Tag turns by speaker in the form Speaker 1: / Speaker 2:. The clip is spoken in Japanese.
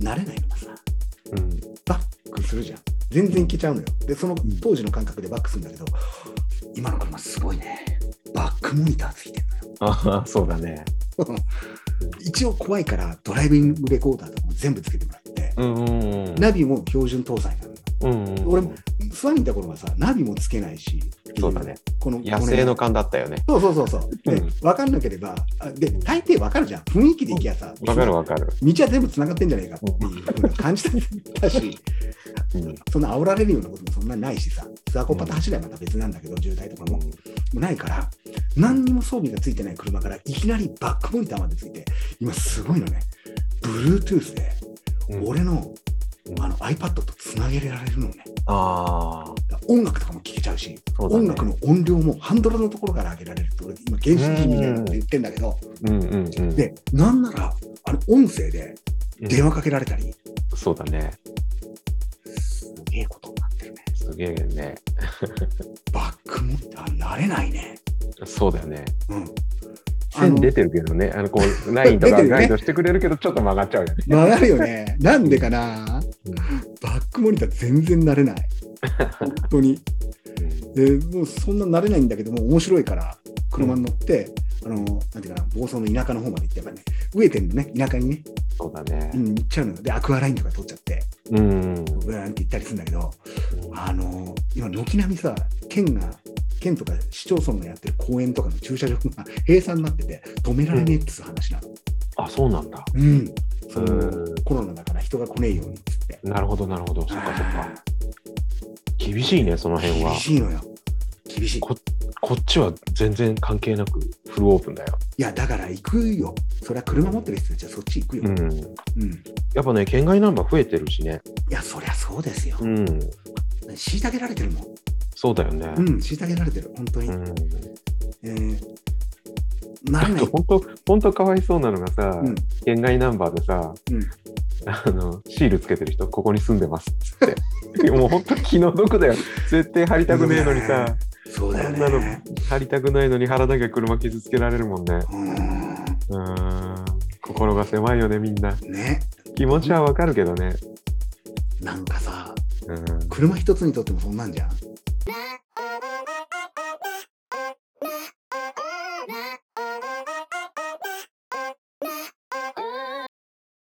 Speaker 1: 慣れないからさ
Speaker 2: うん。
Speaker 1: バックするじゃん全然いけちゃうのよでその当時の感覚でバックするんだけど、今の車すごいねバックモニターついてる
Speaker 2: ああ、そうだね。
Speaker 1: のよ一応怖いからドライビングレコーダーとかも全部つけてもらって、
Speaker 2: うんうんうん。
Speaker 1: ナビも標準搭載なのよ
Speaker 2: うんうんうん
Speaker 1: 俺もスワミンった頃はさナビもつけないし
Speaker 2: そうだね。
Speaker 1: この
Speaker 2: 野生の
Speaker 1: こ
Speaker 2: 勘だったよね。
Speaker 1: そうそうそうそうで、
Speaker 2: うん
Speaker 1: 分かんなければあで大抵分かるじゃん雰囲気でいきゃさ
Speaker 2: わかるわかる。
Speaker 1: 道は全部つながってんじゃねえかっていうふうな感じだった し
Speaker 2: うん。
Speaker 1: そんな煽られるようなこともそんなにないしさ、スアコパと走りはまた別なんだけど、渋滞とかももうないから、何にも装備がついてない車からいきなりバックモニターまでついて、今すごいのね、Bluetooth で
Speaker 2: うん
Speaker 1: 俺の,、
Speaker 2: うん
Speaker 1: あの iPad とつなげられるのね、
Speaker 2: ああ、
Speaker 1: だから音楽とかも聴けちゃうし、
Speaker 2: そうだね。
Speaker 1: 音楽の音量もハンドルのところから上げられるって、俺、今、原始人みたいなこと言ってんだけど、
Speaker 2: うんうんうん。
Speaker 1: で、なんなら、あの音声で電話かけられたり、
Speaker 2: そうだね。
Speaker 1: すげえことになってるね。
Speaker 2: すげえね。
Speaker 1: バックモニター慣れないね。
Speaker 2: そうだよね。
Speaker 1: うんあ
Speaker 2: 線
Speaker 1: の
Speaker 2: 出てるけどね、あのこうラインと
Speaker 1: 出て
Speaker 2: か
Speaker 1: るね
Speaker 2: ガイドしてくれるけど、ちょっと曲がっちゃうよね。
Speaker 1: 曲がるよ ね。なんでかな、
Speaker 2: うん
Speaker 1: バックモニター全然慣れない。本当に。でもうそんな慣れないんだけども、面白いから、車に乗って、あの、なんていうかな、房総の田舎の方まで行ってやっぱね、植えてんのね、田舎にね、
Speaker 2: そうだね
Speaker 1: う。ん、行っちゃうのよ。で、アクアラインとか取っちゃって、
Speaker 2: うん。
Speaker 1: ブラーンって行ったりするんだけど、あの、今、軒並みさ、県が、県とか市町村がやってる公園とかの駐車場が閉鎖になってて、止められねえっていう話なの。
Speaker 2: あ、そうなんだ。
Speaker 1: うん。その
Speaker 2: うん
Speaker 1: コロナだから人が来ねえようにっつって。
Speaker 2: なるほど、なるほど。そっかそっか。厳しいね、その辺は
Speaker 1: 厳。しいのよ。厳しい。
Speaker 2: ここっちは全然関係なくフルオープンだよ。
Speaker 1: いや、だから行くよ。それは車持ってる人たちはそっち行くよ。
Speaker 2: うん。
Speaker 1: うん。
Speaker 2: やっぱね、県外ナンバー増えてるしね。
Speaker 1: いや、そりゃそうですよ。
Speaker 2: うん。
Speaker 1: 虐げられてるもん。
Speaker 2: そうだよね。
Speaker 1: うん、虐げられてる。本当に。
Speaker 2: うん
Speaker 1: えー、な
Speaker 2: な
Speaker 1: ら
Speaker 2: ん
Speaker 1: な
Speaker 2: か
Speaker 1: い。
Speaker 2: 本当、本当かわいそうなのがさ、
Speaker 1: うん
Speaker 2: 県外ナンバーでさ、
Speaker 1: うん
Speaker 2: あの、シールつけてる人、ここに住んでますっつって。 もう本当気の毒だよ。絶対貼りたくねえのにさ、
Speaker 1: そう
Speaker 2: こ
Speaker 1: だよ
Speaker 2: んなの
Speaker 1: ね。
Speaker 2: 貼りたくないのに貼らなきゃ車傷つけられるもんね。
Speaker 1: う
Speaker 2: うーん。心が狭いよね、みんな。
Speaker 1: ーん。ね。
Speaker 2: 気持ちはわかるけどね。
Speaker 1: なんかさ、
Speaker 2: うん。
Speaker 1: 車一つにとってもそんなんじゃん。